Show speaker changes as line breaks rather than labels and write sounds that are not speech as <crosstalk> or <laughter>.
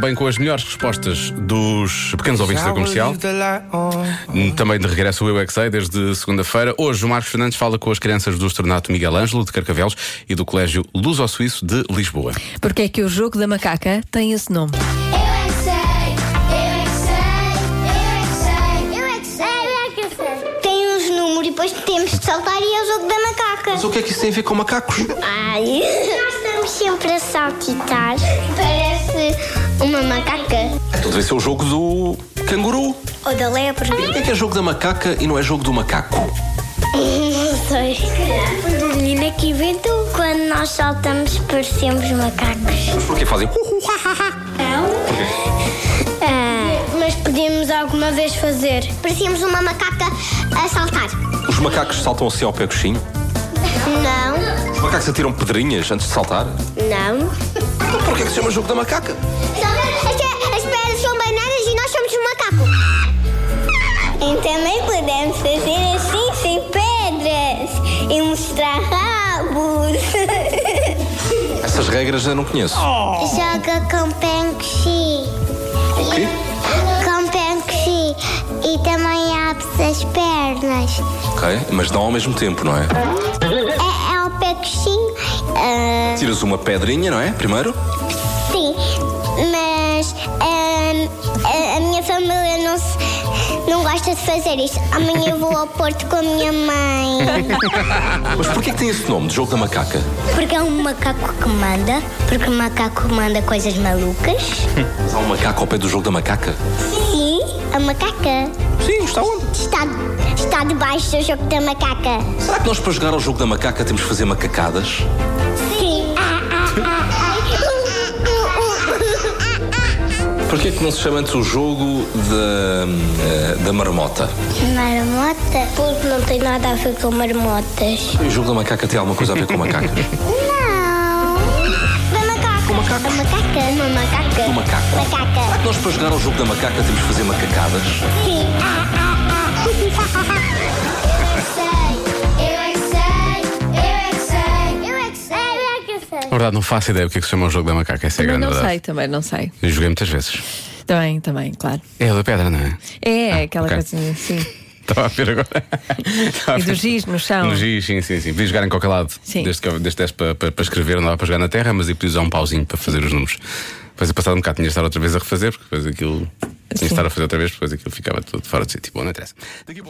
Bem, com as melhores respostas dos pequenos ouvintes da comercial, também de regresso o Eu é Que Sei, desde segunda-feira. Hoje o Marcos Fernandes fala com as crianças do Estornato Miguel Ângelo de Carcavelos e do Colégio Luso Suíço de Lisboa.
Porque é que o jogo da macaca tem esse nome?
Eu é que sei, eu é que sei, eu é que sei, eu é que sei, eu é que sei, eu é que sei. Tem uns números e depois temos de saltar e é o jogo da macaca.
Mas o que é que isso tem a ver com macacos?
Ai, nós estamos sempre a saltitar. Parece uma macaca.
Então deve ser o jogo do canguru.
Ou da lepra.
Porquê é que é jogo da macaca e não é jogo do macaco?
<laughs> Não sei. Foi uma menina que inventou. Quando nós saltamos, parecemos macacos. <laughs>
Mas porquê fazem?
Não? É. Ah. Mas podíamos alguma vez fazer. Parecíamos uma macaca a saltar.
Os macacos saltam assim ao pé coxinho?
Não.
Os macacos atiram pedrinhas antes de saltar?
Não.
Então porquê é que se chama jogo da macaca?
Então, As pedras são bananas e nós somos um macaco. E também Então, podemos fazer assim sem pedras e mostrar rabos.
Essas regras eu não conheço.
<laughs> Joga com pencoxi.
O quê?
Com pencoxi. E também abre as pernas.
Ok, mas não ao mesmo tempo, não é?
É, é o pencoxinho. ah,
Tiras uma pedrinha, não é? Primeiro?
Sim, mas ah, a, a minha família não, se- não gosta de fazer isso. Amanhã eu vou ao Porto com a minha <laughs> mãe.
Mas porquê é que tem esse nome de jogo da macaca?
Porque é um macaco que manda, porque o macaco manda coisas malucas.
Mas há um macaco ao pé do jogo da macaca?
Sim, a macaca
Sim, está onde?
está, está debaixo do jogo da macaca.
Será que nós para jogar ao jogo da macaca temos que fazer macacadas?
Sim. Ah, ah, ah, Uh, ah.
Porquê é que não se chama antes o jogo da, eh, da marmota?
uh. Marmota? Porque não tem nada a ver com marmotas.
O jogo da macaca tem alguma coisa a ver com macacas?
Não. Da macaca.
Com macaco.
A macaca. Uma macaca.
Com macaco. Será
Macaca.
que nós para jogar ao jogo da macaca temos que fazer macacadas?
Sim. Ah, ah, ah. <laughs> Eu é que sei, eu é que sei, eu é que sei, eu é que sei, eu é que sei.
Na verdade, não faço ideia o que é que se chama o jogo da macaca, essa é a
Também
grande
não sei,
verdade.
também não sei.
Eu joguei muitas vezes.
Também, também, claro.
É o da pedra, não é?
É aquela
ok.
coisinha, sim.
Estava a ver agora. Estava a
E
ver.
do giz no chão.
No giz, sim, sim, sim. Podia jogar em qualquer lado.
Sim.
Desde que desde teste para, para, para escrever, não dava para jogar na terra, mas eu podia usar um pauzinho para fazer os números. Depois, eu passado um bocado, tinha de estar outra vez a refazer, porque depois aquilo. Tinha de
Sim.
estar a fazer outra vez, porque depois aquilo ficava tudo fora de sítio. Bom, não interessa. Daqui a pouco-